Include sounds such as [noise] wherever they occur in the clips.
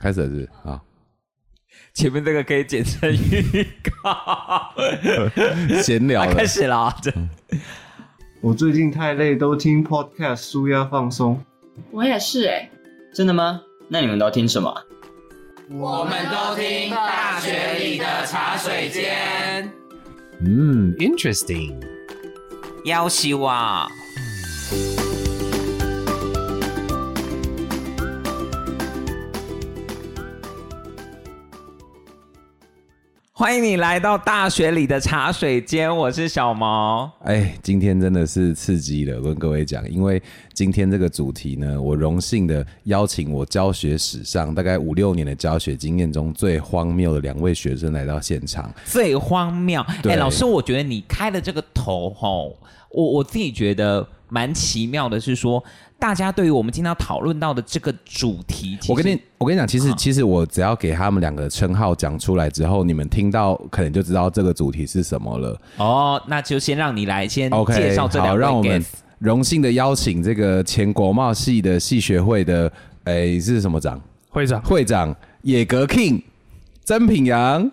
开始了是不是啊？前面这个可以剪成预 [laughs] 告。闲聊啊了 [laughs] 开，始了啊，这我最近太累，都听 podcast 舒压放松。我也是哎、真的吗？那你们都听什么啊？我们都听大学里的茶水间。嗯， Interesting，要希望欢迎你来到大学里的茶水间，我是小毛。哎，今天真的是刺激了，我跟各位讲，因为今天这个主题呢，我荣幸的邀请我教学史上大概五六年的教学经验中最荒谬的两位学生来到现场。最荒谬，哎、对老师，我觉得你开的这个头吼，我我自己觉得蛮奇妙的，是说大家对于我们今天要讨论到的这个主题，其实啊我跟你，我跟你讲，其实好其实我只要给他们两个称号讲出来之后，你们听到可能就知道这个主题是什么了。哦，那就先让你来先 OK，介绍这两好，位 guest。让我们荣幸的邀请这个前国贸系的系学会的，哎，是什么长？会长会长野格 King 曾品阳。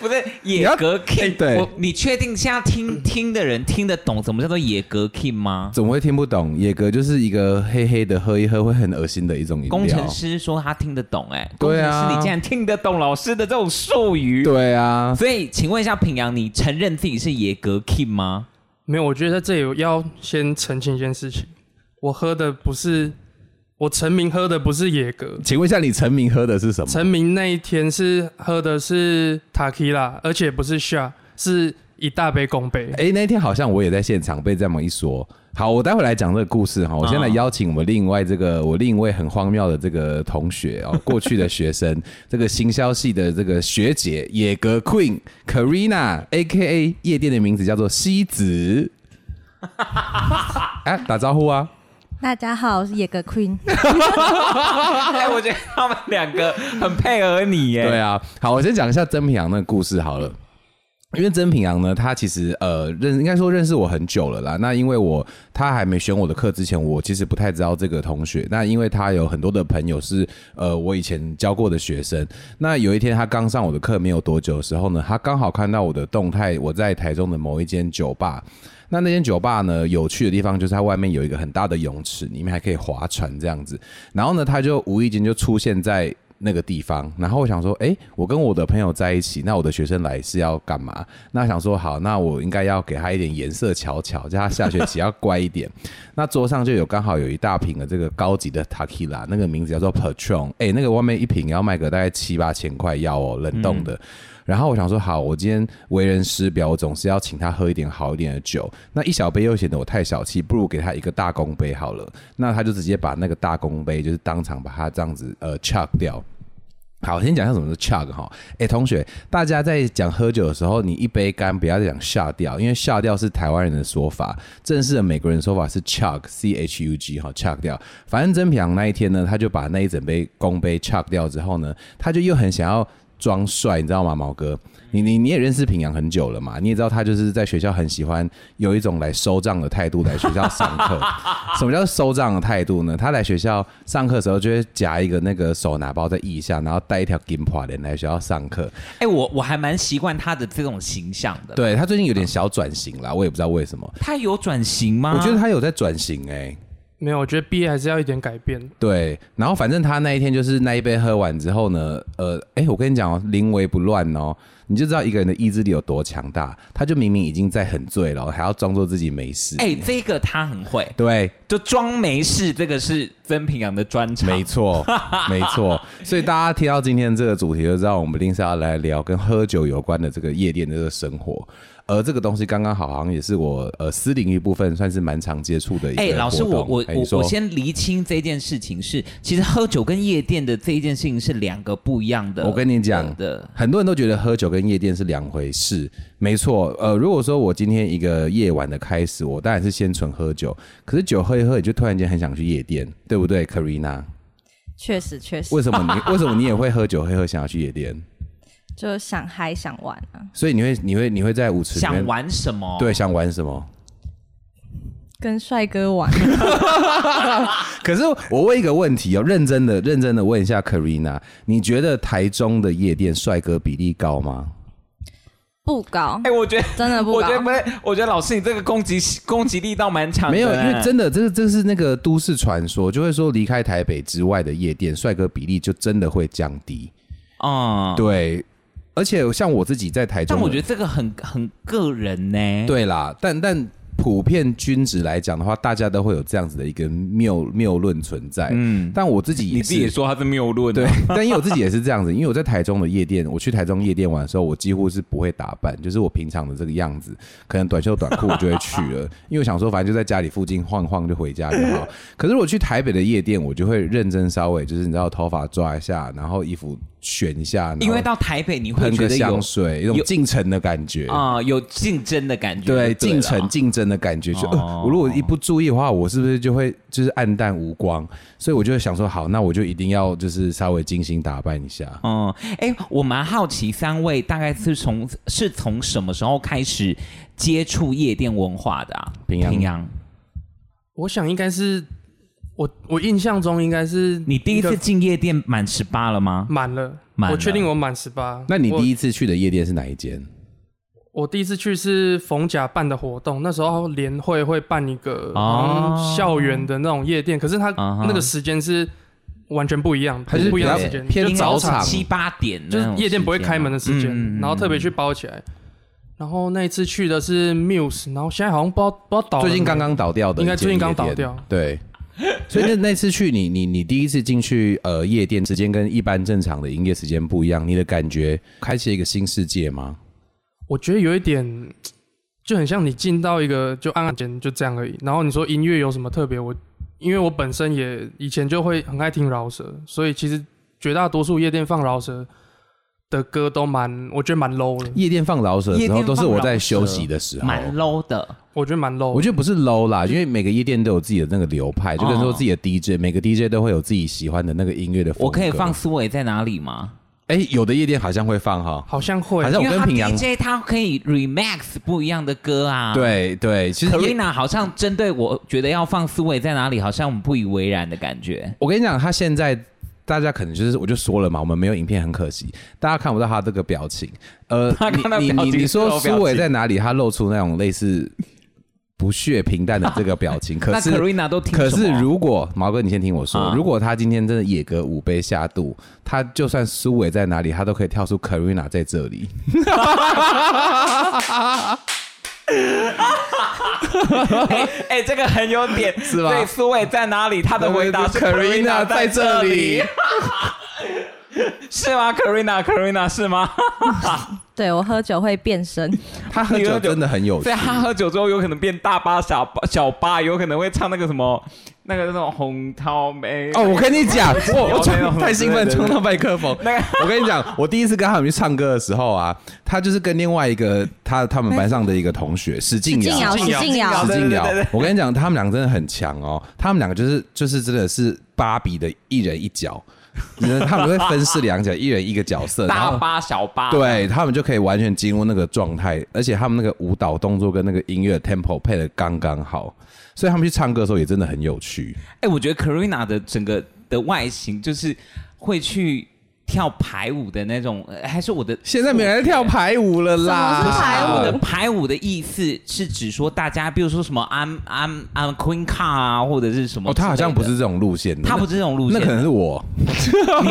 不是你野要格哎 [laughs] king，对我你确定现在听听的人听得懂什么叫做野格 king 吗？怎么会听不懂？野格就是一个黑黑的，喝一喝会很恶心的一种饮料。工程师说他听得懂、哎，对啊工程师你竟然听得懂老师的这种术语，对啊，所以请问一下平阳，你承认自己是野格 king [laughs] 吗？没有，我觉得在这里我要先澄清一件事情，我喝的不是我成名喝的不是野格，请问一下，你成名喝的是什么？成名那一天是喝的是塔 q 拉，而且不是 shot，是一大杯公杯。哎、那天好像我也在现场被这么一说。好，我待会来讲这个故事哈。我先来邀请我们另外这个我另一位很荒谬的这个同学哦， [laughs] 过去的学生，这个行销系的这个学姐野格 Queen Karina A K A 夜店的名字叫做西子。哎、打招呼啊！大家好，我是野格 Queen。哎、我觉得他们两个很配合你哎耶、对啊，好，我先讲一下曾平阳的故事好了。因为曾平阳呢，他其实呃认应该说认识我很久了啦。那因为我他还没选我的课之前，我其实不太知道这个同学。那因为他有很多的朋友是呃我以前教过的学生。那有一天他刚上我的课没有多久的时候呢，他刚好看到我的动态，我在台中的某一间酒吧。那那间酒吧呢，有趣的地方就是它外面有一个很大的泳池，里面还可以划船这样子。然后呢，他就无意间就出现在那个地方。然后我想说，诶，我跟我的朋友在一起，那我的学生来是要干嘛？那想说，好，那我应该要给他一点颜色瞧瞧，叫他下学期要乖一点。 [laughs] 那桌上就有刚好有一大瓶的这个高级的 Takila，那个名字叫做 Patron，诶，那个外面一瓶要卖个大概七八千块要哦，冷冻的。然后我想说，好，我今天为人师表，我总是要请他喝一点好一点的酒。那一小杯又显得我太小气，不如给他一个大公杯好了。那他就直接把那个大公杯，就是当场把它这样子呃 chuck 掉。好，先讲一下什么是 chug 哈。哎、同学，大家在讲喝酒的时候，你一杯干不要再讲下掉，因为下掉是台湾人的说法，正式的美国人说法是 chug，c h u g 哈 chug 掉。反正曾平阳那一天呢，他就把那一整杯公杯 chug 掉之后呢，他就又很想要装帅，你知道吗，毛哥？你你你也认识平阳很久了嘛，你也知道他就是在学校很喜欢有一种来收账的态度来学校上课。 [laughs] 什么叫收账的态度呢？他来学校上课的时候就会夹一个那个手拿包在腋下，然后带一条金发帘来学校上课。哎、我我还蛮习惯他的这种形象的。，对他最近有点小转型啦，我也不知道为什么。他有转型吗？我觉得他有在转型哎、没有，我觉得毕业还是要一点改变。对，然后反正他那一天就是那一杯喝完之后呢，呃，哎，我跟你讲哦，临危不乱哦，你就知道一个人的意志力有多强大。他就明明已经在很醉了，还要装作自己没事。哎、这个他很会，对，就装没事，这个是曾平阳的专长。没错，没 [laughs] 错。所以大家听到今天这个主题，就知道我们一定是要来聊跟喝酒有关的这个夜店的这个生活。而这个东西刚刚好，好像也是我呃私领域部分算是蛮常接触的一个活哎、动。老师，我我哎你我说我先厘清这件事情是，其实喝酒跟夜店的这一件事情是两个不一样的。我跟你讲的，很多人都觉得喝酒跟夜店是两回事，没错。呃，如果说我今天一个夜晚的开始，我当然是先纯喝酒，可是酒喝一喝，你就突然间很想去夜店，对不对，Karina？ [laughs] [laughs] 确实，确实为，什么你为什么你也会喝酒，喝一喝想要去夜店？就想嗨想玩啊，所以你会你会你会在舞池里面想玩什么？对，想玩什么？跟帅哥 [laughs] 玩，可是我问一个问题哦，认真的、认真的问一下 Karina，你觉得台中的夜店帅哥比例高吗？不高哎、，我觉得，真的不我高觉。得不对，我觉得老师你这个攻击攻击力道蛮强的。没有，因为真的，这这是那个都市传说，就会说离开台北之外的夜店，帅哥比例就真的会降低。啊、嗯，对，而且像我自己在台中但的，我觉得这个很很个人呢、，对啦，但但普遍均值来讲的话，大家都会有这样子的一个谬谬论存在。嗯，但我自己也你是自己也说他是谬论、 [laughs] 对，，但因为我自己也是这样子，因为我在台中的夜店，我去台中夜店玩的时候，我几乎是不会打扮，就是我平常的这个样子，可能短袖短裤我就会去了，因为我想说反正就在家里附近晃晃就回家就好。可是我去台北的夜店，我就会认真稍微就是你知道头发抓一下，然后衣服选一下，然后因为到台北你会喷觉个得有香水，有一有种进城的感觉。啊、有竞争的感觉，对，就了进城竞争的感觉，就、哦呃、我如果一不注意的话，我是不是就会就是暗淡无光？所以我就会想说，好，那我就一定要就是稍微精心打扮一下。嗯，哎、我蛮好奇三位大概是从是从什么时候开始接触夜店文化的啊？平阳平阳，我想应该是我我印象中应该是你第一次个进夜店满十八了吗？满了，满了我确定我满十八。那你第一一次去的夜店是哪一间？我第一次去是逢甲办的活动，那时候联会会办一个哦好像校园的那种夜店，可是它啊哈那个时间是完全不一样，它就是不一样的比时较间，偏就早场七八点那就种时间是啊，夜店不会开门的时间，嗯嗯嗯然后特别去包起来。然后那一次去的是 Muse，然后现在好像不知道不知道倒了最近没刚刚倒掉的一哦间夜店，应该最近刚倒掉对，所以那那次去你你你第一次进去呃夜店之间跟一般正常的营业时间不一样，你的感觉开启了一个新世界吗？我觉得有一点，就很像你进到一个就暗暗间就这样而已。然后你说音乐有什么特别？我因为我本身也以前就会很爱听饶舌，所以其实绝大多数夜店放饶舌的歌都蛮，我觉得蛮 low 的，夜店放老舍的时候，夜店放都是我在休息的时候。嗯蛮 low 的，我觉得蛮 low 的。我觉得不是 low 啦，因为每个夜店都有自己的那个流派，就跟说自己的 DJ，、每个 DJ 都会有自己喜欢的那个音乐的风格。我可以放，苏伟在哪里吗？哎、有的夜店好像会放哈，好像会好，像因我为跟他平阳 DJ 他可以 remix 不一样的歌啊。。对对，其实夜 Karina 好像针对我觉得要放苏伟在哪里，好像我们不以为然的感觉。我跟你讲，他现在大家可能就是我就说了嘛，我们没有影片很可惜，大家看不到他这个表情。呃， [laughs] 他看到你表你情你说是有表苏伟情在哪里？他露出那种类似不屑平淡的这个表 [laughs] 情，可那是。 Karina 都听可什么是，如果毛哥，你先听我说，啊如果他今天真的野格五杯下肚，他就算苏伟在哪里，他都可以跳出 Karina 在这里。哎、 [laughs] 哎这个很有点是吧对，苏伟在哪里？他的回答是 Karina 在这里，是吗？Karina，Karina 是吗？对我喝酒会变身，他喝酒真的很有趣所以。他喝酒之后有可能变大巴小巴小巴，有可能会唱那个什么那个那种红桃梅哦，我跟你讲， [laughs] 我我冲那种太兴奋，对对冲到麦克风。那个我跟你讲，我第一次跟他们去唱歌的时候啊，他就是跟另外一个他他们班上的一个同学史史劲劲尧尧，，敬史尧劲史尧，劲尧对对对对。我跟你讲，他们两个真的很强哦，他们两个就是就是真的是芭比的一人一角，他们会分饰两角，一人一个角 [laughs] 色，然大后。巴小巴，对他们就可以完全进入那个状态，而且他们那个舞蹈动作跟那个音乐 tempo 配的刚刚好，所以他们去唱歌的时候也真的很有趣。哎、我觉得 Karina 的整个的外形就是会去跳排舞的那种，呃还是我的现在没人在跳排舞了啦，什么是排舞我的排舞的意思是指说大家，比如说什么 I'm I'm I'm Queen Car 啊，或者是什么哦，之类的。他好像不是这种路线的，他不是这种路线啊那的，可能是我， [laughs] 你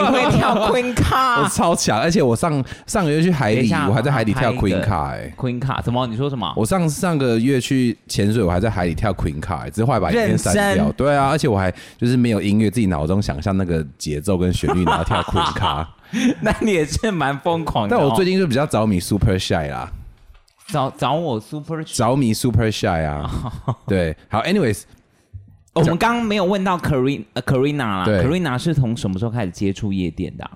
会 [laughs] 跳 Queen 我 Car。超强，而且我上上个月去海等一里，下我还在海里跳我要拍一个 Queen 卡哎。 Queen Car 什么？你说什么？我上上个月去潜水，我还在海里跳 Queen 卡、欸，只是后来把影片删认掉。真对啊，而且我还就是没有音乐，自己脑中想象那个节奏跟旋律，然 [laughs] 后跳 Queen 卡。 [laughs] 那你也是蛮疯狂的、但哦。我最近就比较着迷 Super Shy 啦，找找我 Super，、着迷 Super Shy [laughs] 啊。对，好，anyways，哦我们刚刚没有问到 Karina、呃、Karina 啦对，Karina 是从什么时候开始接触夜店的啊、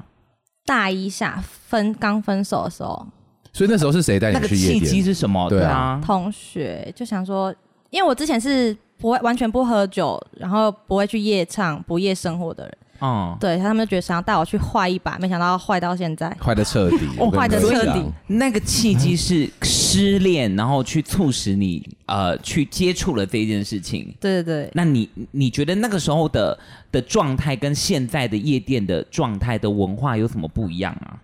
大一下分刚分手的时候，所以那时候是谁带那你个去夜契机店？哎是什么？对啊啊，同学就想说，因为我之前是不会完全不喝酒，然后不会去夜唱、不夜生活的人，嗯，对他们就觉得想要带我去坏一把，没想到坏到现在。坏的彻底，哦我跟你坏得们彻讲底那个契机是失恋，然后去促使你呃去接触了这件事情。对对对，那你你觉得那个时候的的状态跟现在的夜店的状态的文化有什么不一样啊？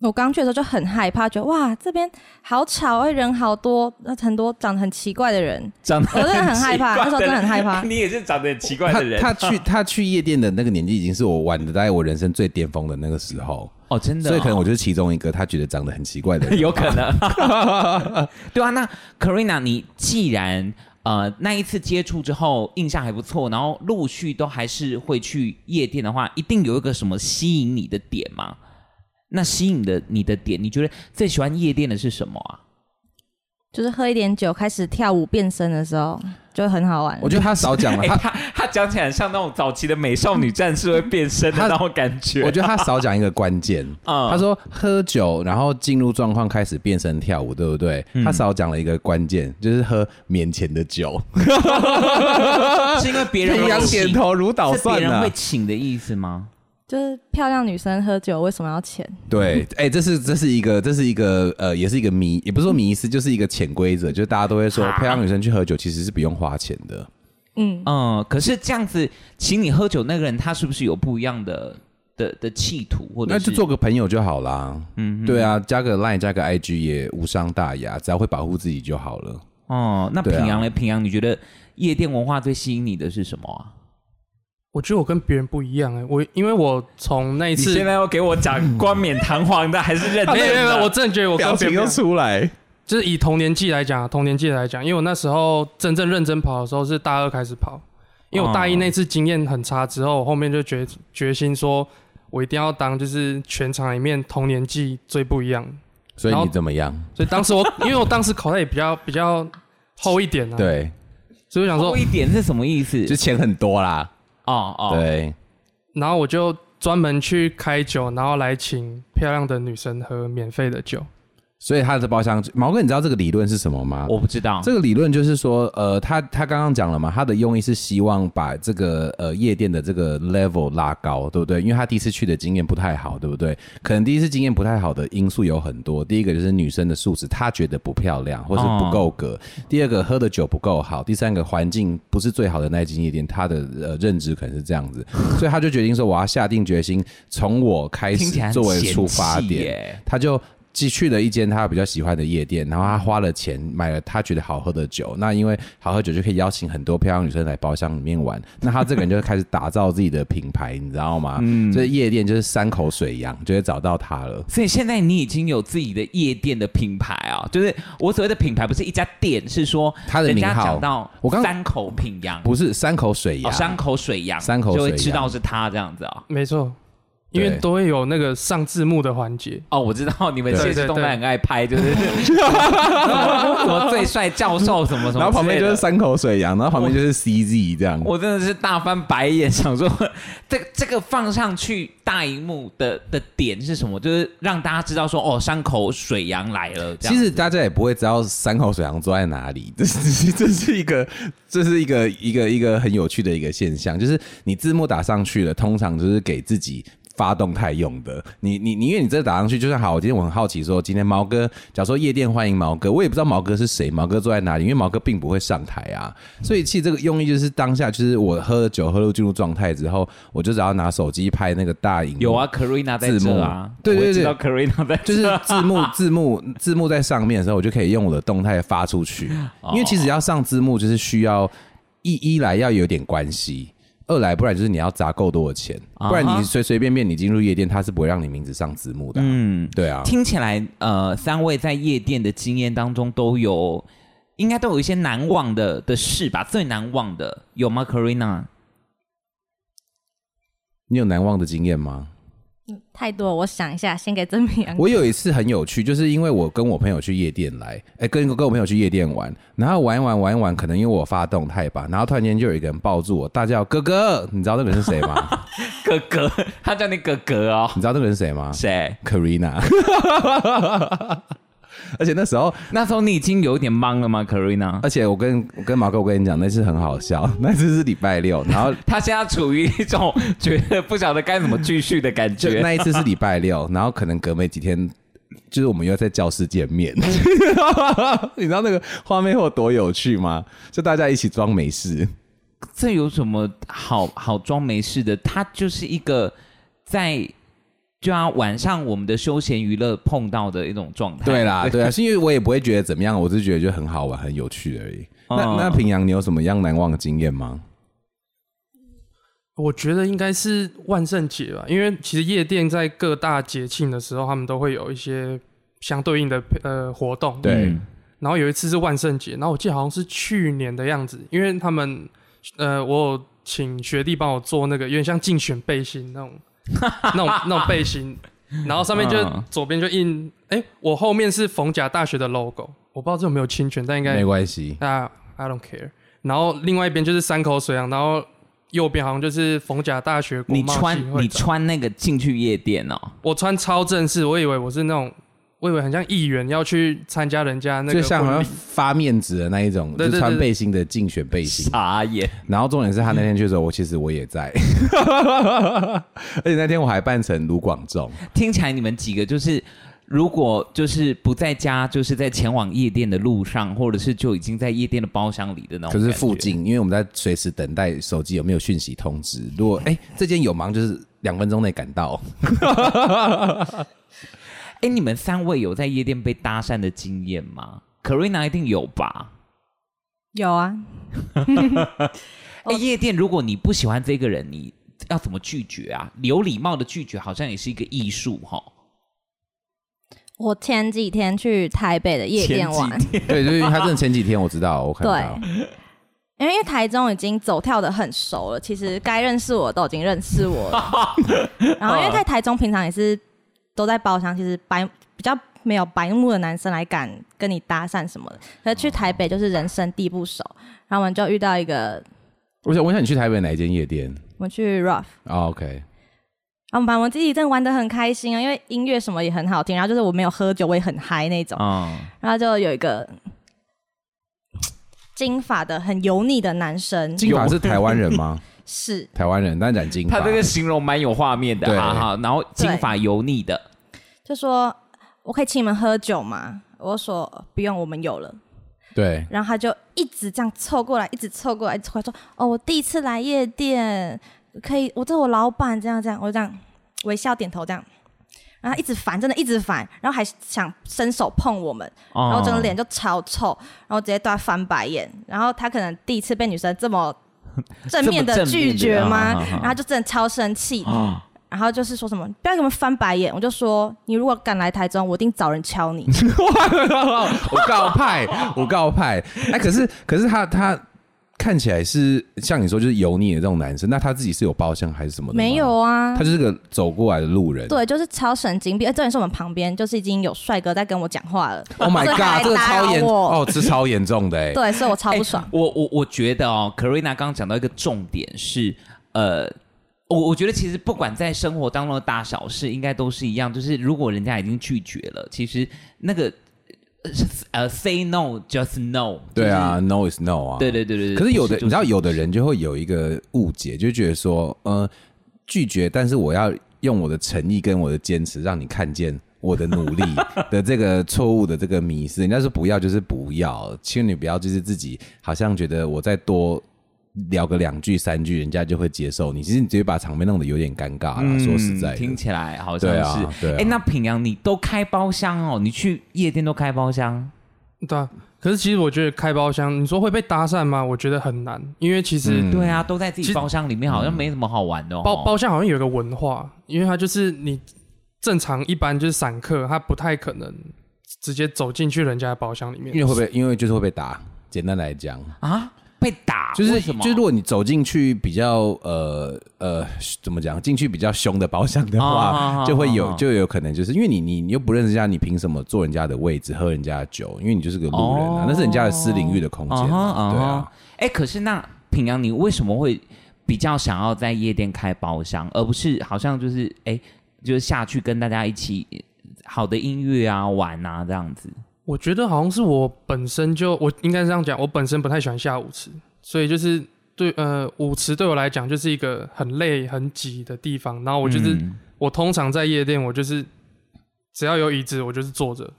我刚去的时候就很害怕，觉得哇这边好吵，哎人好多，那很多长得很奇怪的人，长得我真的很害怕奇怪那时候真的很害 [laughs] 怕你也是长得很奇怪的人。他他去他去夜店的那个年纪，已经是我玩的大概我人生最巅峰的那个时候，哦，真的哦、所以可能我就是其中一个他觉得长得很奇怪的人。 [laughs] 有可能，对啊。那 Karina，你既然呃那一次接触之后印象还不错，然后陆续都还是会去夜店的话，一定有一个什么吸引你的点吗？那吸引的你的点，你觉得最喜欢夜店的是什么啊？就是喝一点酒开始跳舞变身的时候，就很好玩。我觉得他少讲 [laughs] 了， [laughs] 哎、他他他讲起来很像那种早期的美少女战士会变身的他那种感觉。我觉得他少讲一个关键。嗯他说喝酒，然后进入状况，开始变身跳舞，对不对？嗯他少讲了一个关键，就是喝免钱的酒。 [laughs] 是因为 [laughs] 别人平会阳点请，头如捣是别蒜人啊会！请的意思吗？就是漂亮女生喝酒为什么要钱？对，哎、这是这是一个这是一个呃，也是一个迷，也不是说迷思，就是一个潜规则，就是大家都会说，漂亮女生去喝酒其实是不用花钱的。嗯，啊嗯，可是这样子请你喝酒那个人，他是不是有不一样的的的企图，或者那是就做个朋友就好啦。嗯，对啊，加个 Line 加个 IG 也无伤大雅，只要会保护自己就好了。哦？那对啊平阳嘞，平阳，你觉得夜店文化最吸引你的是什么啊？我觉得我跟别人不一样哎、我因为我从那一次，要给我讲冠冕堂皇的，还是认啊没有没有没有，我真的觉得我跟别人不一样出来，就是以同年纪来讲，同年纪来讲，因为我那时候真正认真跑的时候是大二开始跑，因为我大哦一那次经验很差，之后我后面就决决心说，我一定要当就是全场里面同年纪最不一样。所以然你后怎么样？所以当时我因为我当时口袋也比较比较厚一点啊，，对，所以我想说多，一点是什么意思？就钱很多啦。哦哦，对，啊然后我就专门去开酒，然后来请漂亮的女生喝免费的酒。所以他的包厢，毛哥，你知道这个理论是什么吗？我不知道。这个理论就是说，呃，他他刚刚讲了嘛，他的用意是希望把这个呃夜店的这个 level 拉高，对不对？因为他第一次去的经验不太好，对不对？可能第一次经验不太好的因素有很多，第一个就是女生的素质，她觉得不漂亮或是不够格；哦第二个喝的酒不够好；第三个环境不是最好的那一间夜店，他的呃认知可能是这样子，所以他就决定说，我要下定决心从我开听起来始很作为出发嫌弃点。耶他就既去了一间他比较喜欢的夜店，然后他花了钱买了他觉得好喝的酒。那因为好喝酒就可以邀请很多漂亮女生来包厢里面玩，那他这个人就开始打造自己的品牌，你知道吗？嗯所以夜店就是山口水羊，就会找到他了。所以现在你已经有自己的夜店的品牌啊，就是我所谓的品牌不是一家店，是说它的人家名号讲到我刚山口平阳，不是山口水哦羊，山口水羊，啊山口水就羊会知道是他这样子啊、没错，因为对都会有那个上字幕的环节。哦，我知道你们对现实动漫很爱拍，就是什么什么最帅教授什么什么之类的，然后旁边就是山口水羊，然后旁边就是 CZ 这样。我真的是大翻白眼，想说 [laughs] 这这个放上去大荧幕的的点是什么？就是让大家知道说哦，山口水羊来了。这样其实大家也不会知道山口水羊坐在哪里， [laughs] 这是这是一个这是一个一个一个很有趣的一个现象，就是你字幕打上去了，通常就是给自己。发动态用的，你你你，因为你这打上去就是好。我今天我很好奇说今天毛哥，假如说夜店欢迎毛哥，我也不知道毛哥是谁，毛哥坐在哪里，因为毛哥并不会上台啊。所以其实这个用意就是当下，就是我喝了酒，喝入进入状态之后，我就只要拿手机拍那个大荧幕有啊，Karina 在这啊字幕，对对对我知道 Karina 在就是这啊字 [laughs] 幕字幕字幕在上面的时候，我就可以用我的动态发出去。哦因为其实要上字幕，就是需要一一来要有点关系，二来不然就是你要砸够多的钱，不然啊哈你随随便便你进入夜店，他是不会让你名字上字幕的啊、嗯，对啊，听起来呃，三位在夜店的经验当中都有，应该都有一些难忘的的事吧？最难忘的有吗，Karina？你有难忘的经验吗？太多了，我想一下，先给曾平阳。我有一次很有趣，就是因为我跟我朋友去夜店来，哎、跟跟我朋友去夜店玩，然后玩一玩玩一玩，可能因为我发动态吧，然后突然间就有一个人抱住我，大叫哥哥，你知道那个人是谁 [laughs] 吗？哥哥，他叫你哥哥哦，你知道那个人是谁吗谁？ ？Karina。 [laughs] 而且那时候，那时候你已经有一点懵了吗，Karina？而且我跟我跟马哥，我跟你讲，那次很好笑， [laughs] 那次是礼拜六，然 [laughs] 后他现在处于一种觉得不晓得该怎么继续的感就 [laughs] 觉。那一次是礼拜六，然后可能隔没几天，就是我们又在教室见面， [laughs] 你知道那个画面会有多有趣吗？就大家一起装没事，这有什么好好装没事的？他就是一个在就啊晚上我们的休闲娱乐碰到的一种状态。对 [laughs] 啦，对啊，是因为我也不会觉得怎么样，我只是觉得就很好玩、很有趣而已。啊那嗯那平阳，你有什么样难忘的经验吗？我觉得应该是万圣节吧，因为其实夜店在各大节庆的时候，他们都会有一些相对应的呃活动。对嗯然后有一次是万圣节，然后我记得好像是去年的样子，因为他们呃，我有请学弟帮我做那个有点像竞选背 [laughs] 心那种那种那种背心，然后上面就嗯左边就印，哎、我后面是逢甲大学的 logo，我不知道这有没有侵权，但应该没关系，那 I don't care。然后另外一边就是山口水啊，然后右边好像就是逢甲大学国你贸系穿会你长穿那个进去夜店哦，我穿超正式，我以为我是那种，我以为很像议员要去参加人家那就个像好婚像礼，发面子的那一种，对就对穿对对背心的竞选背心。傻眼。然后重点是他那天去的时候，我其实我也在， [laughs] 而且那天我还扮成卢广仲。听起来你们几个就是，如果就是不在家，就是在前往夜店的路上，或者是就已经在夜店的包厢里的那种。可是附，近，因为我们在随时等待手机有没有讯息通知。如 [laughs] 果哎、这间有忙，就是两分钟内赶到。 [laughs] 哎、你们三位有在夜店被搭讪的经验吗？Karina 一定有吧？有啊，哦哎、夜店如果你不喜欢这个人，你要怎么拒绝啊？有礼貌的拒绝好像也是一个艺术哈。我前几天去台北的夜店玩，前几天对，就是他真的前几天我知道，我看 [laughs] 对到。，因为因为台中已经走跳的很熟了，其实该认识我的都已经认识我了。 [laughs] 然后因为在台中平常也是都在包厢，其实白比较没有白目的男生来敢跟你搭讪什么的。可是去台北就是人生地不熟，然后我们就遇到一个，我想，我想你去台北哪一间夜店、哦我们去 Rough。 o k 然后我们把我们自己真的玩的很开心啊，因为音乐什么也很好听，然后就是我没有喝酒，我也很嗨那种。嗯，然后就有一个金发的很油腻的男生，金发是台湾人 [laughs] 吗？是台湾人，但染金发。他这个形容蛮有画面的，对哈哈。然后金发油腻的，就说我可以请你们喝酒吗？我说不用，我们有了。对，然后他就一直这样凑过来，一直凑过来，一直过来说：“哦，我第一次来夜店，可以，我这我老板这样这样。”我就这样微笑点头这样，然后一直烦，真的一直烦，然后还想伸手碰我们，然然后整哦个脸就超臭，然后直接对他翻白眼。然后他可能第一次被女生 [laughs] 这么正面的这么正面拒的绝吗？啊啊啊然后就真的超生气，啊，然后就是说什么不要给我们翻白眼，我就说你如果敢来台中，我一定找人敲你。我告派，我告派。哎，可是可是他他看起来是像你说就是油腻的这种男生，那他自己是有包厢还是什么的？没有，啊他，就是个走过来的路人。对，就是超神经病。而重点是我们旁边就是已经有帅哥在跟我讲话了 Oh my 所以他 god，来这个打超扰严我哦，这超严重的哎。对，所以我超哎不爽。我我我觉得哦，Karina 刚刚讲到一个重点是，呃，我我觉得其实不管在生活当中的大小事，应该都是一样，就是如果人家已经拒绝了，其实那个呃呃，say no just no，对啊，，no is no 啊。对对对对对。可是有的，不你知道，就是有的人就会有一个误解，就觉得说，呃，拒绝，但是我要用我的诚意跟我的坚持，让你看见我的努 [laughs] 力的这个错误的这个迷失。人家说不要就是不要，请你不要就是自己好像觉得我再多。聊个两句三句，人家就会接受你。其实你直接把场面弄得有点尴尬了。说实在的，嗯听起来好像对是。啊，对啊。哎、那平阳你都开包厢哦，你去夜店都开包厢，对啊。可是其实我觉得开包厢，你说会被搭讪吗？我觉得很难，因为其实嗯对啊，都在自其己实包厢里面，好像没什么好玩的、哦。包包厢好像有一个文化，因为它就是你正常一般就是散客，他不太可能直接走进去人家的包厢里面，因为会被，因为就是会被打。简单来讲，啊，被打，就是为什么？就是如果你走进去比较呃呃怎么讲，进去比较凶的包厢的啊啊啊话，啊就会有啊就有可能就是因为你你你又不认识人家，你凭什么坐人家的位置喝人家的酒？因为你就是个路人啊哦，那是人家的私领域的空间啊哈嘛，对啊啊哈。哎、可是那平阳，你为什么会比较想要在夜店开包厢，而不是好像就是哎、就是下去跟大家一起好的音乐啊玩啊这样子？我觉得好像是我本身就我应该是这样讲，我本身不太喜欢下舞池，所以就是对呃舞池对我来讲就是一个很累很挤的地方。然后我就是、嗯我通常在夜店，我就是只要有椅子，我就是坐着。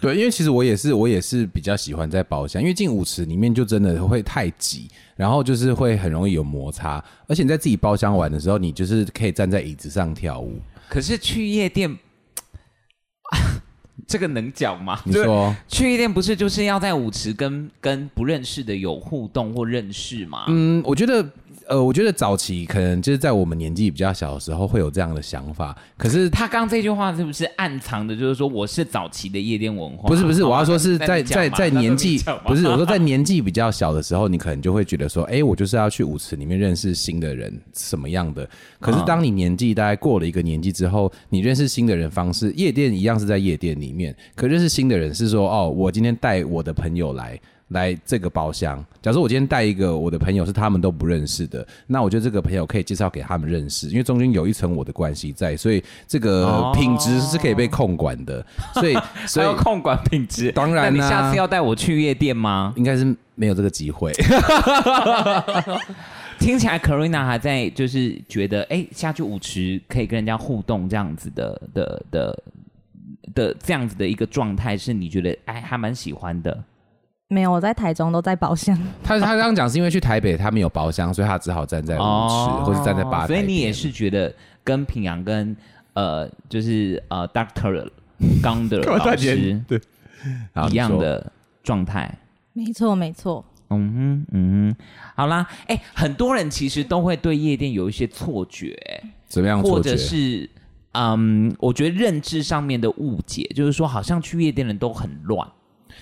对，因为其实我也是，我也是比较喜欢在包厢，因为进舞池里面就真的会太挤，然后就是会很容易有摩擦，而且你在自己包厢玩的时候，你就是可以站在椅子上跳舞。可是去夜店， [laughs] 这个能讲吗？你说去夜店不是就是要在舞池跟跟不认识的有互动或认识吗？嗯，我觉得，呃，我觉得早期可能就是在我们年纪比较小的时候会有这样的想法，可是他刚这句话是不是暗藏的，就是说我是早期的夜店文化？不是不是，好吧我要说是那在你讲在嘛在那年你纪讲嘛 [laughs] 不是我说在年纪比较小的时候，你可能就会觉得说，哎，我就是要去舞池里面认识新的人，什么样的？可嗯是当你年纪大概过了一个年纪之后，你认识新的人方式，夜店一样是在夜店里面，可认识新的人是说，哦，我今天带我的朋友来。来这个包厢，假如我今天带一个我的朋友是他们都不认识的，那我觉得这个朋友可以介绍给他们认识，因为中间有一层我的关系在，所以这个哦品质是可以被控管的，所以所以还要控管品质。当然啊那你下次要带我去夜店吗？应该是没有这个机 [laughs] 会。听起来 Karina 还在就是觉得，哎、下去舞池可以跟人家互动这样子的的的的这样子的一个状态，是你觉得哎还蛮喜欢的。没有，我在台中都在包厢。他他刚刚讲是因为去台北他没有包厢，所以他只好站在舞池、或者站在吧台哦所边。以你也是觉得跟平阳跟呃就是呃 [laughs] Doctor 刚的老师对好一样。你说的状态。没错，没错。嗯哼，嗯哼，好啦，哎、很多人其实都会对夜店有一些错觉，怎么样错或觉？者是嗯，我觉得认知上面的误解，就是说好像去夜店的人都很 [laughs] 乱，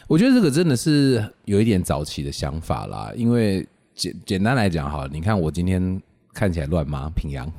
我觉得这个真的是有一点早期的想法啦，因为简简单来讲哈，你看我今天看起来乱吗？平阳，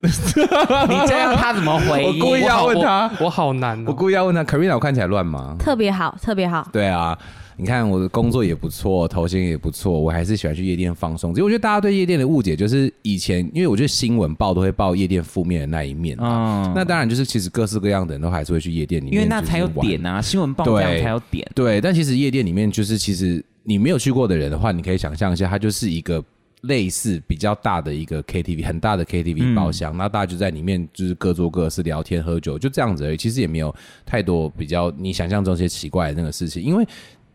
你这样他怎么回应？我故意要好问我他我好难、我哦。故意要问他，Karina，我看起来乱吗？特别好，特别好。对啊，你看我的工作也不错，头衔也不错，我还是喜欢去夜店放松。其实我觉得大家对夜店的误解就是以前，因为我觉得新闻报都会报夜店负面的那一面啊。嗯那当然就是其实各式各样的人都还是会去夜店里面，因为那才有点啊。啊，新闻报这样对才有点。对，但其实夜店里面就是其实你没有去过的人的话，你可以想象一下，它就是一个。类似比较大的一个 KTV，很大的 KTV 包厢，那、大家就在里面就是各做各的事，聊天喝酒，就这样子而已。其实也没有太多比较你想象中一些奇怪的那个事情，因为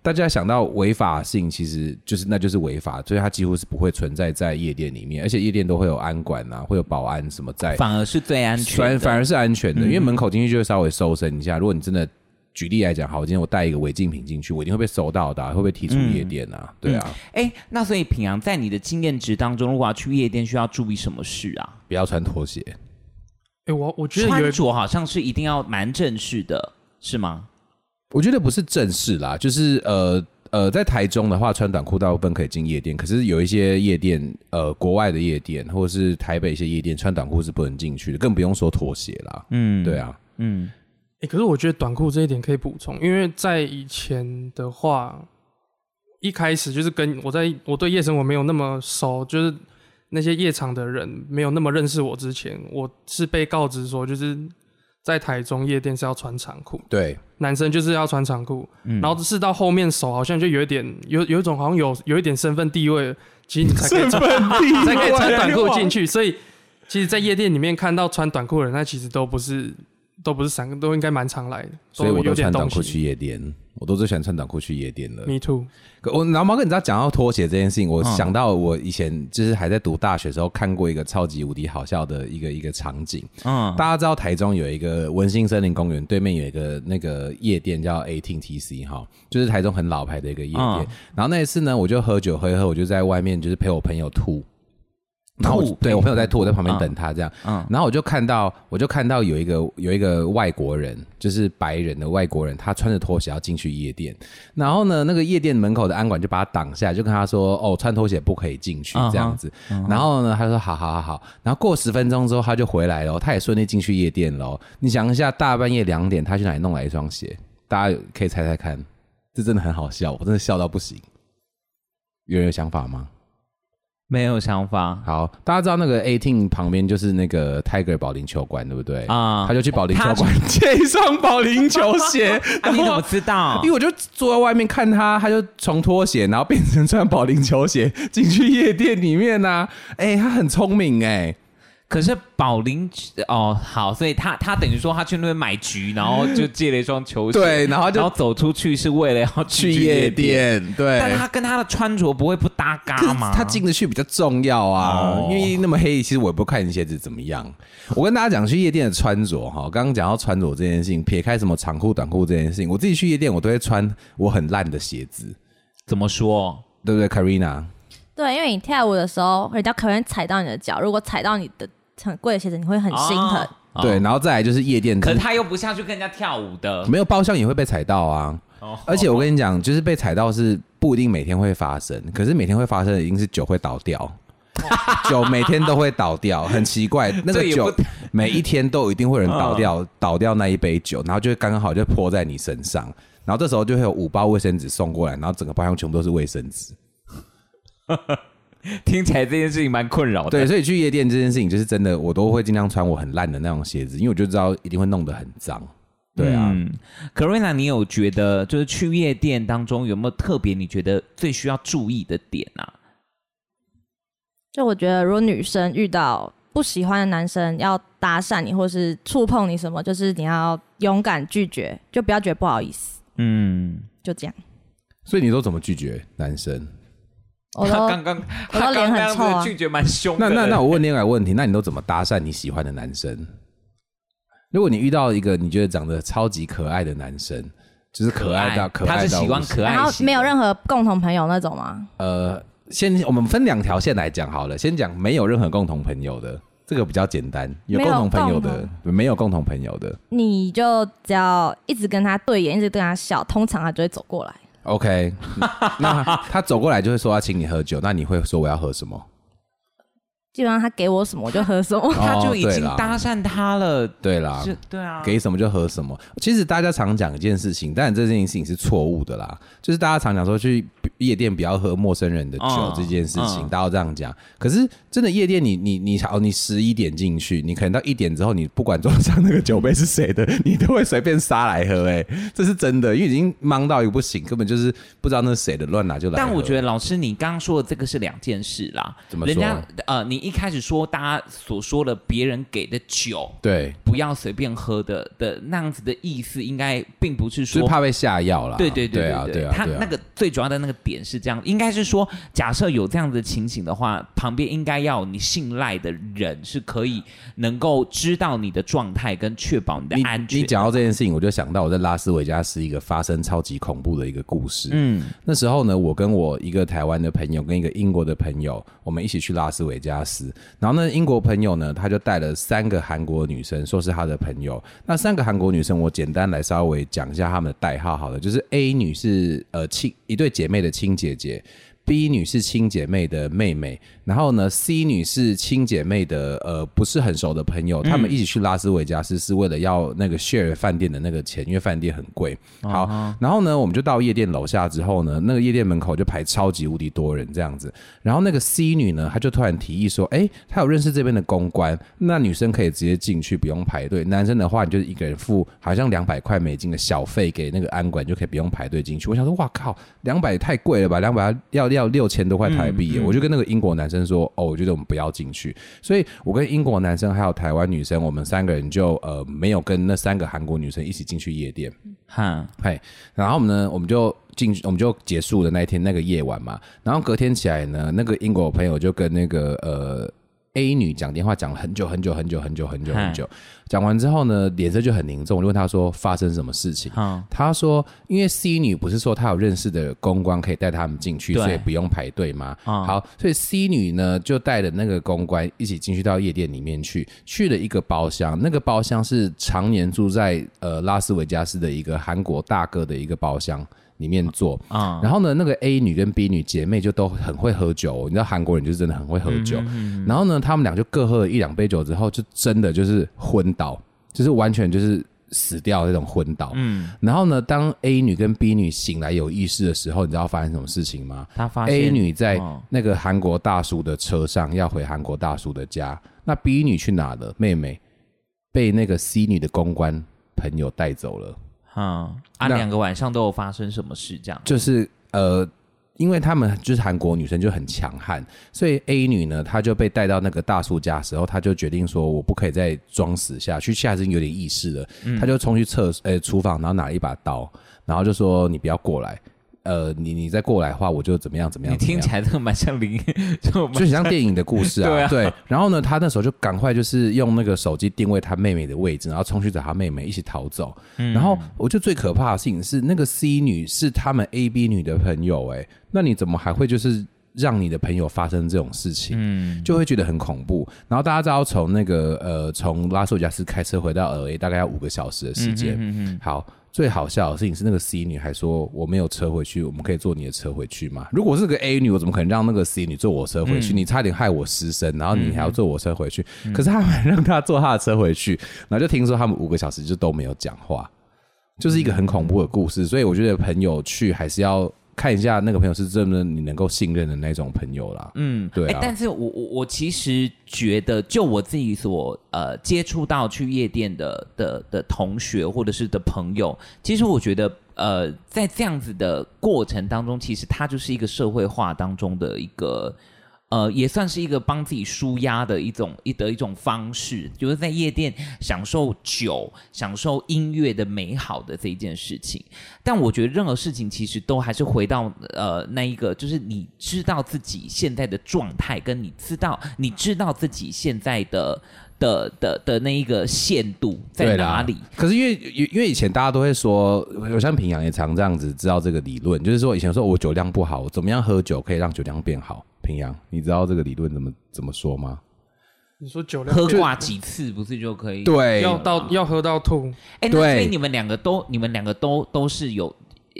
大家想到违法性，其实就是那就是违法，所以它几乎是不会存在在夜店里面，而且夜店都会有安管啊，会有保安什么在，反而是最安全的反反而是安全的，因为门口进去就会稍微搜身一下。如果你真的举例来讲，好，今天我带一个违禁品进去，我一定会被搜到的啊、会被踢出夜店啊？对啊，哎，那所以平阳在你的经验值当中，如果要去夜店，需要注意什么事啊？不要穿拖鞋。哎、我我觉得有穿一着好像是一定要蛮正式的，是吗？我觉得不是正式啦，就是呃呃，在台中的话，穿短裤大部分可以进夜店，可是有一些夜店，呃，国外的夜店或者是台北一些夜店，穿短裤是不能进去的，更不用说拖鞋啦。嗯对，啊，嗯，欸，可是我觉得短裤这一点可以补充，因为在以前的话，一开始就是跟我在我对夜生活没有那么熟，就是那些夜场的人没有那么认识我之前，我是被告知说，就是在台中夜店是要穿长裤，对，男生就是要穿长裤，嗯然后是到后面手好像就有一点有有一种好像有有一点身份地位了，其实你才可以穿才可以穿短裤进去，所以其实，在夜店里面看到穿短裤的人，那其实都不是都不是散，都应该蛮常来的，所以我有都点穿短东裤去西。夜店，我都最喜欢穿短裤去夜店了。 Me too，可我然后毛哥，你知道讲到拖鞋这件嗯事情，我想到我以前就是还在读大学的时候看过一个超级无敌好笑的一个一个场景。嗯，大家知道台中有一个文心森林公园，对面有一个那个夜店叫 Eighteen TC 哈，就是台中很老牌的一个夜店。嗯然后那一次呢，我就喝酒喝一喝，我就在外面就是陪我朋友吐。然后我吐对我朋友在吐，我在旁边嗯等他这样，嗯然后我就看到，我就看到有一个有一个外国人，就是白人的外国人，他穿着拖鞋要进去夜店，然后呢，那个夜店门口的安管就把他挡下来，就跟他说：“哦，穿拖鞋不可以进去嗯哼这样子。”然后呢，他说：“好好好好。”然后过十分钟之后，他就回来了，他也顺利进去夜店了。你想一下，大半夜两点，他去哪里弄来一双鞋？大家有可以猜猜看，这真的很好笑，我真的笑到不行。有人有想法吗？没有想法好，大家知道那个 eighteen 旁边就是那个 Tiger 保龄球馆，对不对？啊他就去保龄球他，馆借一双保龄球鞋 [laughs] 啊！然你怎么后。知道因为？我就坐在外面看他，他就从拖鞋，然后变成穿保龄球鞋进去夜店里面呐、啊。哎、他很聪明哎、可是保龄哦，好，所以他他等于说他去那边买橘，然后就借了一双球鞋，对然后就然后走出去是为了要去去夜店，店，对。但他跟他的穿着不会不搭可嘎是吗？他进得去比较重要啊，哦因为那么黑，其实我也不看你鞋子怎么样。我跟大家讲，去夜店的穿着哈，刚刚讲到穿着这件事情，撇开什么长裤短裤这件事情，我自己去夜店我都会穿我很烂的鞋子，怎么说？对不对，Karina？对，因为你跳舞的时候，人家可能踩到你的脚，如果踩到你的很贵的鞋子，你会很心疼。哦对，，然后再来就是夜店，可是他又不下去跟人家跳舞的，没有包厢也会被踩到啊。哦 [laughs] 而且我跟你讲，就是被踩到是不一定每天会发生，可是每天会发生的一定是酒会倒 [laughs] 掉，酒每天都会倒掉，很奇怪。那这个也酒 [laughs] 不嗯每一天都有一定会有人倒掉，倒掉那一杯酒，然后就会刚刚好就泼在你身上，然后这时候就会有五包卫生纸送过来，然后整个包厢全部都是卫生纸。听起来这件事情蛮困扰的。对，所以去夜店这件事情，就是真的，我都会尽量穿我很烂的那种鞋子，因为我就知道一定会弄得很脏。对啊，嗯 c a r i n a 你有觉得就是去夜店当中有没有特别你觉得最需要注意的点啊？就我觉得，如果女生遇到不喜欢的男生要搭讪你，或是触碰你什么，就是你要勇敢拒绝，就不要觉得不好意思，嗯，就这样。所以你都怎么拒绝男生？我他都 [laughs] 刚刚 [laughs] 我他都脸刚很刚臭的啊拒绝蛮凶 [laughs] 那的。那那我问另外一个问题，那你都怎么搭讪你喜欢的男生？如果你遇到一个你觉得长得超级可爱的男生，就是可爱到可他爱是到喜欢不行可爱型的，然后没有任何共同朋友那种吗？呃，先我们分两条线来讲好了，先讲没有任何共同朋友的，这个比较简单。有没共有同朋友共的，没有共同朋友的你就只要一直跟他对眼，一直跟他笑，通常他就会走过来。 ，OK 嗯。那他走过来就会说要啊请你喝酒，那你会说我要喝什么？基本上他给我什么我就喝什么。 [laughs] 他就已哦对经啦搭讪他了，对啦，是，对啊，给什么就喝什么。其实大家常讲一件事情，但这件事情是错误的啦。就是大家常讲说去夜店不要喝陌生人的酒嗯这件事情，嗯大家都这样讲。可是真的夜店你，你你好，你十一点进去，你可能到一点之后，你不管桌上那个酒杯是谁 [laughs] 的，你都会随便杀来喝、欸。这是真的，因为已经忙到一个不行，根本就是不知道那是谁的，乱拿就来喝。但我觉得老师，你刚刚说的这个是两件事啦。怎么人说啊家呃，你一开始说大家所说的别人给的酒对，不要随便喝的的那样子的意思，应该并不是就说是怕被下药啦。对对对对啊对对啊，他对啊那个最主要的那个点是这样，应该是说，假设有这样的情形的话，旁边应该要有你信赖的人是可以能够知道你的状态跟确保你的你安全。你讲到这件事情，我就想到我在拉斯维加斯一个发生超级恐怖的一个故事。嗯那时候呢，我跟我一个台湾的朋友跟一个英国的朋友，我们一起去拉斯维加斯。然后呢，英国朋友呢，他就带了三个韩国女生，说是他的朋友。那三个韩国女生，我简单来稍微讲一下她们的代号好了，就是 A 女是呃亲一对姐妹的亲姐姐。B 女是亲姐妹的妹妹，然后呢，C 女是亲姐妹的呃不是很熟的朋友，他们一起去拉斯维加斯是为了要那个 share 饭店的那个钱，因为饭店很贵。好，然后呢，我们就到夜店楼下之后呢，那个夜店门口就排超级无敌多人这样子。然后那个 C 女呢，她就突然提议说：“哎，她有认识这边的公关，那女生可以直接进去，不用排队；男生的话，你就是一个人付好像两百块美金的小费给那个安管，就可以不用排队进去。”我想说：“哇靠，两百太贵了吧？两百要要六千多块台币耶！”我就跟那个英国男生说：“哦，我觉得我们不要进去。”所以，我跟英国男生还有台湾女生，我们三个人就呃没有跟那三个韩国女生一起进去夜店。哈，嗨，然后呢，我们就进，我们就结束了那一天那个夜晚嘛。然后隔天起来呢，那个英国朋友就跟那个呃 A 女讲电话，讲了很久很久很久很久很久很久。讲完之后呢，脸色就很凝重，我就问她说发生什么事情。好，她说：“因为 C 女不是说她有认识的公关可以带他们进去，对所以不用排队吗？啊好，所以 C 女呢就带着那个公关一起进去到夜店里面去，去了一个包厢，那个包厢是常年住在呃拉斯维加斯的一个韩国大哥的一个包厢里面坐。啊，然后呢，那个 A 女跟 B 女姐妹就都很会喝酒哦、你知道韩国人就是真的很会喝嗯酒。然后呢，他们俩就各喝了一两杯酒之后，就真的就是昏倒，就是完全就是死掉那种昏倒。嗯，然后呢，当 A 女跟 B 女醒来有意识的时候，你知道发生什么事情吗？他发现 A 女在哦那个韩国大叔的车上，要回韩国大叔的家。那 B 女去哪了？妹妹被那个 C 女的公关朋友带走了。嗯啊，那两个晚上都有发生什么事这样？就是呃，因为他们就是韩国女生就很强悍，所以 A 女呢，她就被带到那个大叔家的时候，她就决定说，我不可以再装死下去，现在已经有点意识了，她就冲去厕呃厨房，然后拿了一把刀，然后就说你不要过来，呃，你你再过来的话，我就怎么样怎么样你怎么听样起来真的蛮像灵， [laughs] 就就很像电影的故事啊，对啊然后呢，他那时候就赶快就是用那个手机定位他妹妹的位置，然后冲去找他妹妹一起逃走。嗯然后我觉得最可怕的事情是，那个 C 女是他们 A、B 女的朋友、欸，那你怎么还会就是让你的朋友发生这种事情？嗯，就会觉得很恐怖。然后大家知道从那个呃，从拉斯维加斯开车回到 LA 大概要五个小时的时间。嗯好，最好笑的事情是那个 C 女还说我没有车回去，我们可以坐你的车回去吗？如果是个 A 女，我怎么可能让那个 C 女坐我车回去？嗯你差点害我失身，然后你还要坐我车回去，可是他们让她坐她的车回去，然后就听说他们五个小时就都没有讲话，就是一个很恐怖的故事。所以我觉得朋友去还是要。看一下那个朋友是真的你能够信任的那种朋友啦，嗯，对啊哎但是我我我其实觉得，就我自己所呃接触到去夜店的的的同学或者是的朋友，其实我觉得呃在这样子的过程当中，其实它就是一个社会化当中的一个。呃，也算是一个帮自己舒压的一种一的一种方式，就是在夜店享受酒、享受音乐的美好的这一件事情。但我觉得任何事情其实都还是回到呃那一个，就是你知道自己现在的状态，跟你知道你知道自己现在的的的的那一个限度在对啦哪里。可是因为因因为以前大家都会说，我像平阳也常这样子知道这个理论，就是说以前说我酒量不好，我怎么样喝酒可以让酒量变好？平阳，你知道这个理论怎么怎么说吗？你说酒量喝挂几次不是就可以？，对要到要喝到吐，哎，那所对以你们两个都，你们两个都都是有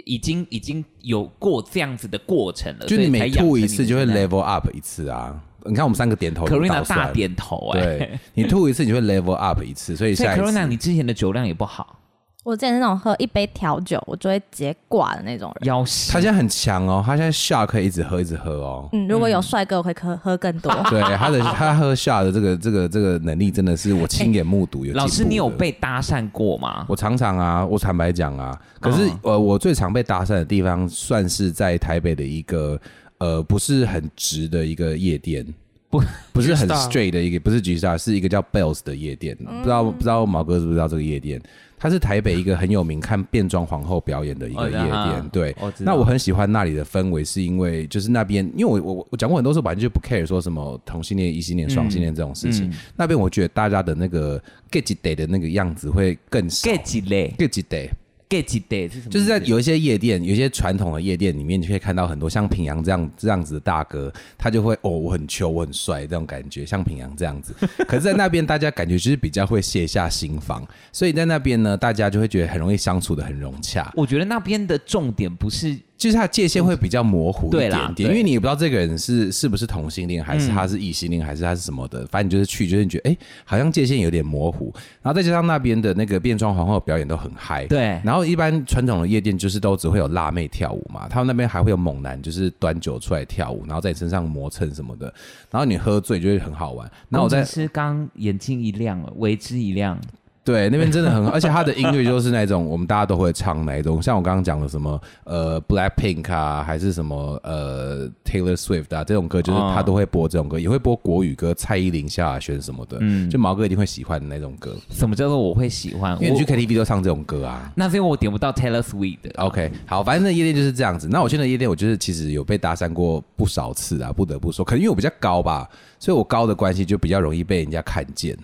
已经已经有过这样子的过程了，就所以你才每养吐一成次你就会现在 level up 一次啊。你看我们三个点头 Corina 倒算大点头哎、对你吐一次你就会 level up 一次，所以所以下一 Corina 次你之前的酒量也不好，我之前是那种喝一杯调酒，我就会直接挂的那种人。要死他现在很强哦，他现在下可以一直喝一直喝哦。嗯，如果有帅哥，我会喝喝更多。对他的他喝下的这个这个这个能力真的是我亲眼目睹有进步的、老师你有被搭讪过吗？我常常啊，我坦白讲啊，可是、嗯呃，我最常被搭讪的地方，算是在台北的一个呃不是很直的一个夜店，不不是很 G Star straight 的一个，不是 G Star，是一个叫 Bells 的夜店，不知道不知道毛哥知不知道这个夜店？它是台北一个很有名看变装皇后表演的一哦个夜真的啊店，对，我知道那我很喜欢那里的氛围，是因为就是那边，因为我我我讲过很多次，我本来就不 care 说什么同性恋、异性恋、双性恋这种事情。嗯那边我觉得大家的那个 get day 的那个样子会更少 get 几类 get day， get 几类是什么意思？就是在有一些夜店，有一些传统的夜店里面，你可以看到很多像平阳这样这样子的大哥，他就会哦，我很秋，我很帅这种感觉，像平阳这样子。可是，在那边大家感觉就是比较会卸下心防，所以在那边呢，大家就会觉得很容易相处的很融洽。我觉得那边的重点不是就是它的界限会比较模糊一对点啦点，对因为你也不知道这个人是是不是同性恋，还是他是异性恋，还是他是什么的，反正你就是去，就是你觉得哎、诶好像界限有点模糊，然后再加上那边的那个变装皇后表演都很嗨，对然后一般传统的夜店就是都只会有辣妹跳舞嘛，他们那边还会有猛男，就是端酒出来跳舞，然后在你身上磨蹭什么的，然后你喝醉就会很好玩，然后我在是刚眼睛一亮了，为之一亮。对，那边真的很好，而且他的音乐就是那种我们大家都会唱那一种，像我刚刚讲的什么呃 Blackpink 啊，还是什么呃 Taylor Swift 啊，这种歌就是他都会播这种歌，也会播国语歌，蔡依林、萧亚轩什么的，嗯就毛哥一定会喜欢的那种歌，什么叫做我会喜欢？因为你去我 KTV 都唱这种歌啊。那所以我点不到 Taylor Swift。 OK，好，反正那夜店就是这样子。那我去那夜店，我就是其实有被搭讪过不少次啊，不得不说，可能因为我比较高吧，所以我高的关系就比较容易被人家看 [laughs] 见。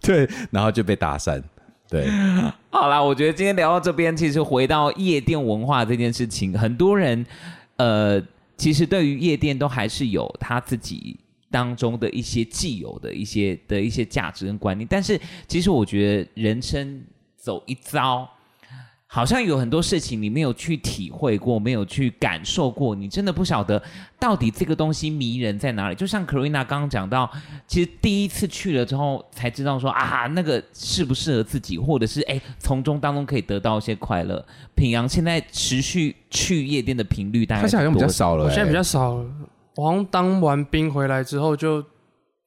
对，然后就被搭讪。对，好啦，我觉得今天聊到这边，其实回到夜店文化这件事情，很多人呃，其实对于夜店都还是有他自己当中的一些既有的一些的一些价值跟观念，但是其实我觉得人生走一遭。好像有很多事情你没有去体会过，没有去感受过，你真的不晓得到底这个东西迷人在哪里。就像 Karina 刚刚讲到，其实第一次去了之后才知道说啊，那个适不适合自己，或者是哎从中当中可以得到一些快乐。平阳现在持续去夜店的频率大概他现在好像比较是多少少了、哎我欸，现在比较少了，我好像当完兵回来之后就，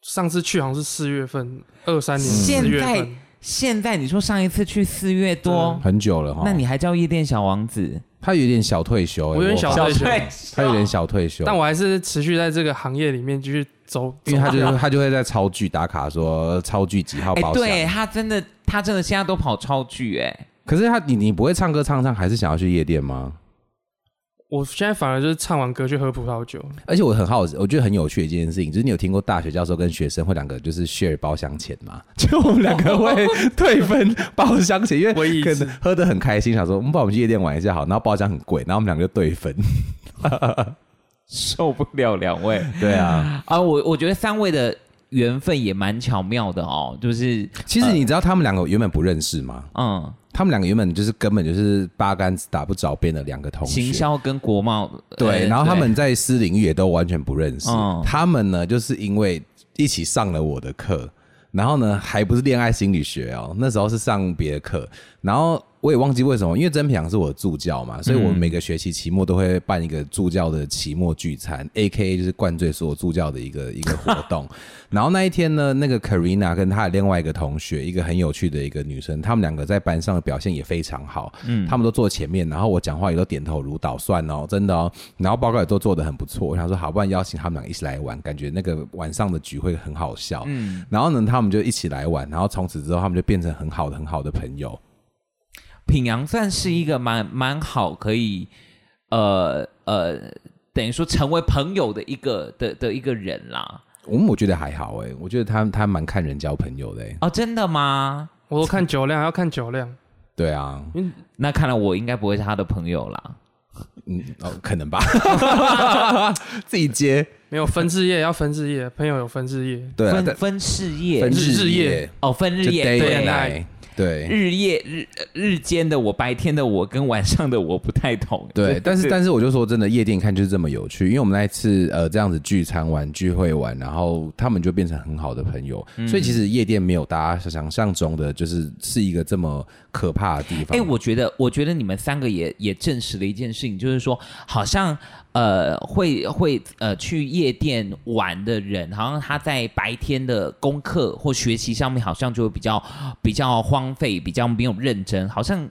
上次去好像是四月份，二三年现四月在份，现在你说上一次去四月多，很久了哈。那你还叫夜店小王子？他有点小退休、欸，我有点小发退休，他有点小退休，但我还是持续在这个行业里面继续走，因为他走就他就会在超巨打卡说超巨几号哎、包厢。对他真的，他真的现在都跑超巨哎、可是他你你不会唱歌唱唱，还是想要去夜店吗？我现在反而就是唱完歌去喝葡 [laughs] 萄酒，而且我很好，我觉得很有趣的一件事情，就是你有听过大学教授跟学生会两个就是 share 包厢钱 [laughs] 吗？就我们两个会对分包厢钱，因我为也可是能喝得很开心，想说嗯，不然我们去夜店玩一下好，然后包厢很贵，然后我们两个就对分。受不了两位 [laughs] 对啊，啊！我我觉得三位的缘分也蛮巧妙的哦，就是其实你知道他们两个原本不认识吗？嗯，他们两个原本就是根本就是八竿子打不着边的两个同学，行销跟国贸对，呃然后他们在私领域也都完全不认识。嗯他们呢，就是因为一起上了我的课，然后呢，还不是恋爱心理学哦，那时候是上别的课，然后我也忘记为什么，因为曾平阳是我的助教嘛，所以我每个学期期末都会办一个助教的期末聚餐，A K A 就是灌醉所有助教的一个一个活动。然后那一天呢，那个 Karina 跟她的另外一个同学，一个很有趣的一个女生，她们两个在班上的表现也非常好，嗯，她们都坐前面，然后我讲话也都点头如捣蒜哦，真的哦，然后报告也都做得很不错，我想说好，不然邀请她们俩一起来玩，感觉那个晚上的局会很好笑，嗯，然后呢，他们就一起来玩，然后从此之后，他们就变成很好的很好的朋友，品阳算是一个蛮蛮好可以呃呃，等于说成为朋友的一个的的一个人啦。嗯，我觉得还好哎、我觉得他他蛮看人交朋友的、欸，哦，真的吗？我都看酒量，要看酒量，对啊，那看来我应该不会是他的朋友啦。嗯，哦，可能吧，自己接，没有分日夜要分日夜，朋友有分日夜，对啊，分但分事业，分日夜哦，分日就夜 day 对 and 啊 night，对。日夜日呃日间的我，白天的我跟晚上的我不太同。对，但是但是我就说真的，夜店看就是这么有趣，因为我们那一次呃这样子聚餐完、聚会完，然后他们就变成很好的朋友，嗯所以其实夜店没有大家想象中的就是是一个这么可怕的地方。哎、我觉得，我觉得你们三个也也证实了一件事情，就是说，好像呃，会会呃，去夜店玩的人，好像他在白天的功课或学习上面，好像就会比较比较荒废，比较没有认真，好像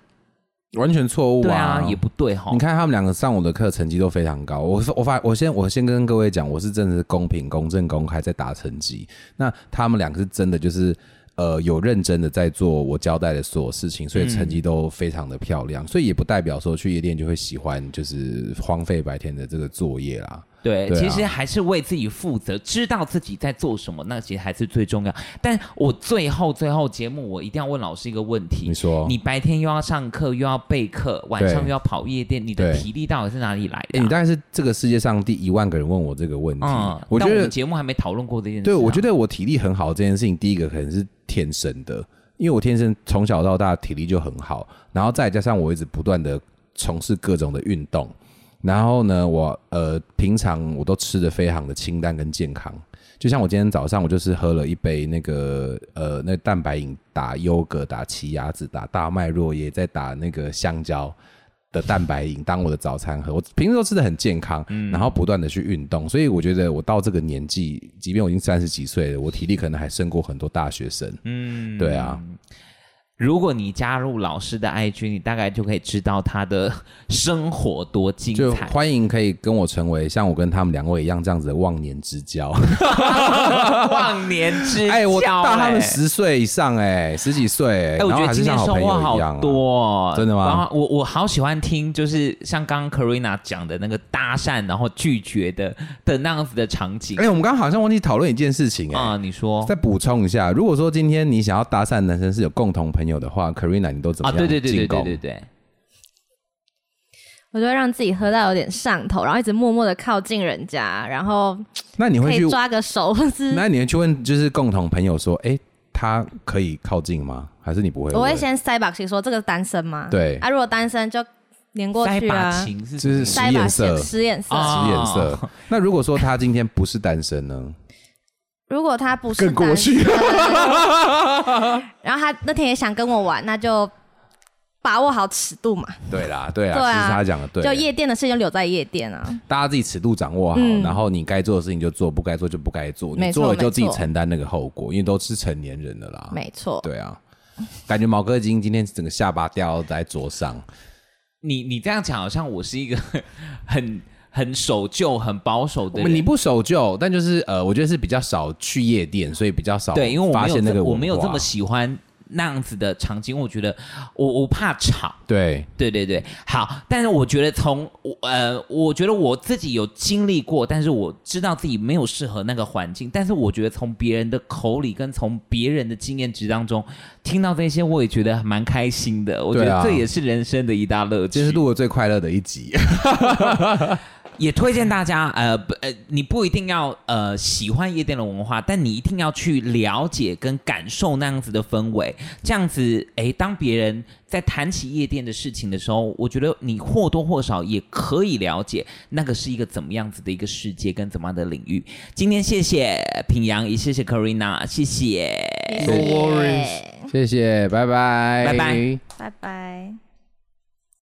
完全错误对啊，也不对哈。你，看他们两个上我的课成绩都非常高，我我发我先我先跟各位讲，我是真的是公平、公正、公开在打成绩。那他们两个是真的就是呃有认真的在做我交代的所有事情，嗯所以成绩都非常的漂亮。所以也不代表说去夜店就会喜欢就是荒废白天的这个作业啦。对，对啊其实还是为自己负责，知道自己在做什么，那其实还是最重要。但我最后最后节目，我一定要问老师一个问题：你说你白天又要上课，又要备课，晚上对又要跑夜店，你的对体力到底是哪里来哎、的啊、你大概是这个世界上第一万个人问我这个问题，嗯，我觉但得们节目还没讨论过这件事、啊。对，我觉得我体力很好这件事情，第一个可能是天生的，因为我天生从小到大体力就很好，然后再加上我一直不断的从事各种的运动，然后呢，我呃平常我都吃的非常的清淡跟健康，就像我今天早上我就是喝了一杯那个呃那蛋白饮，打优格、打奇亚籽、打大麦若叶，再打那个香蕉。的蛋白饮当我的早餐喝，我平时都吃的很健康，然后不断的去运动，所以我觉得我到这个年纪，即便我已经三十几岁了，我体力可能还胜过很多大学生。嗯对啊。如果你加入老师的 IG，你大概就可以知道他的生活多精就彩。欢迎可以跟我成为像我跟他们两位一样这样子的忘年之 [laughs] 交。 [laughs] 忘年之交、哎，我大他们哎十岁以上，哎，十几岁，哎哎、我然觉后得还是今像好天收朋获友一样好啊。多、真的吗然后我我好喜欢听，就是像刚刚 Karina 讲的那个搭讪，然后拒绝的的那样子的场景哎，我们刚刚好像忘记讨论一件事情，啊、哎。你说再补充一下，如果说今天你想要搭讪男生是有共同朋友的话，Karina 你都怎么啊？样对对对对进对攻对对， [laughs] 我就会让自己喝到有点上头，然后一直默默的靠近人家，然后那你可会去以抓个手，或是嗯那你们去问，就是共同朋友说，哎、他可以靠近吗？还是你不会？我会。先塞把琴说这个单身吗？对啊，如果单身就连过塞去把啊，琴是就什么是意思塞把使眼色琴使眼色。啊使眼色。 [laughs] 那如果说他今天不是单身呢？如果他不是更过去单身， [laughs] 然后他那天也想跟我玩，那就把握好尺度嘛，对啦，对啦，对啊其实他讲的对，就夜店的事情就留在夜店啊。大家自己尺度掌握好，嗯然后你该做的事情就做，不该做就不该做，你没错做了就自己没错承担那个后果，因为都是成年人了啦。没错，对啊，感觉毛哥已经今天整个下巴掉在桌上，你你这样讲，好像我是一个很 [laughs] 很守旧、很保守的人。你不守旧，但就是呃，我觉得是比较少去夜店，所以比较少对，因为我发没有现那这个我没有文这化么喜欢那样子的场景，我觉得我我怕吵。对对对对，好，但是我觉得从我呃，我觉得我自己有经历过，但是我知道自己没有适合那个环境，但是我觉得从别人的口里跟从别人的经验值当中听到这些，我也觉得蛮开心的。我觉对啊得这也是人生的一大乐趣。啊这是录的最快乐的一集。也推荐大家，呃，不，呃，你不一定要呃喜欢夜店的文化，但你一定要去了解跟感受那样子的氛围。这样子，诶，当别人在谈起夜店的事情的时候，我觉得你或多或少也可以了解那个是一个怎么样子的一个世界跟怎么样的领域。今天谢谢平阳，也谢谢 Karina，谢谢。谢 No worries 谢谢，谢，拜拜，拜拜。拜拜。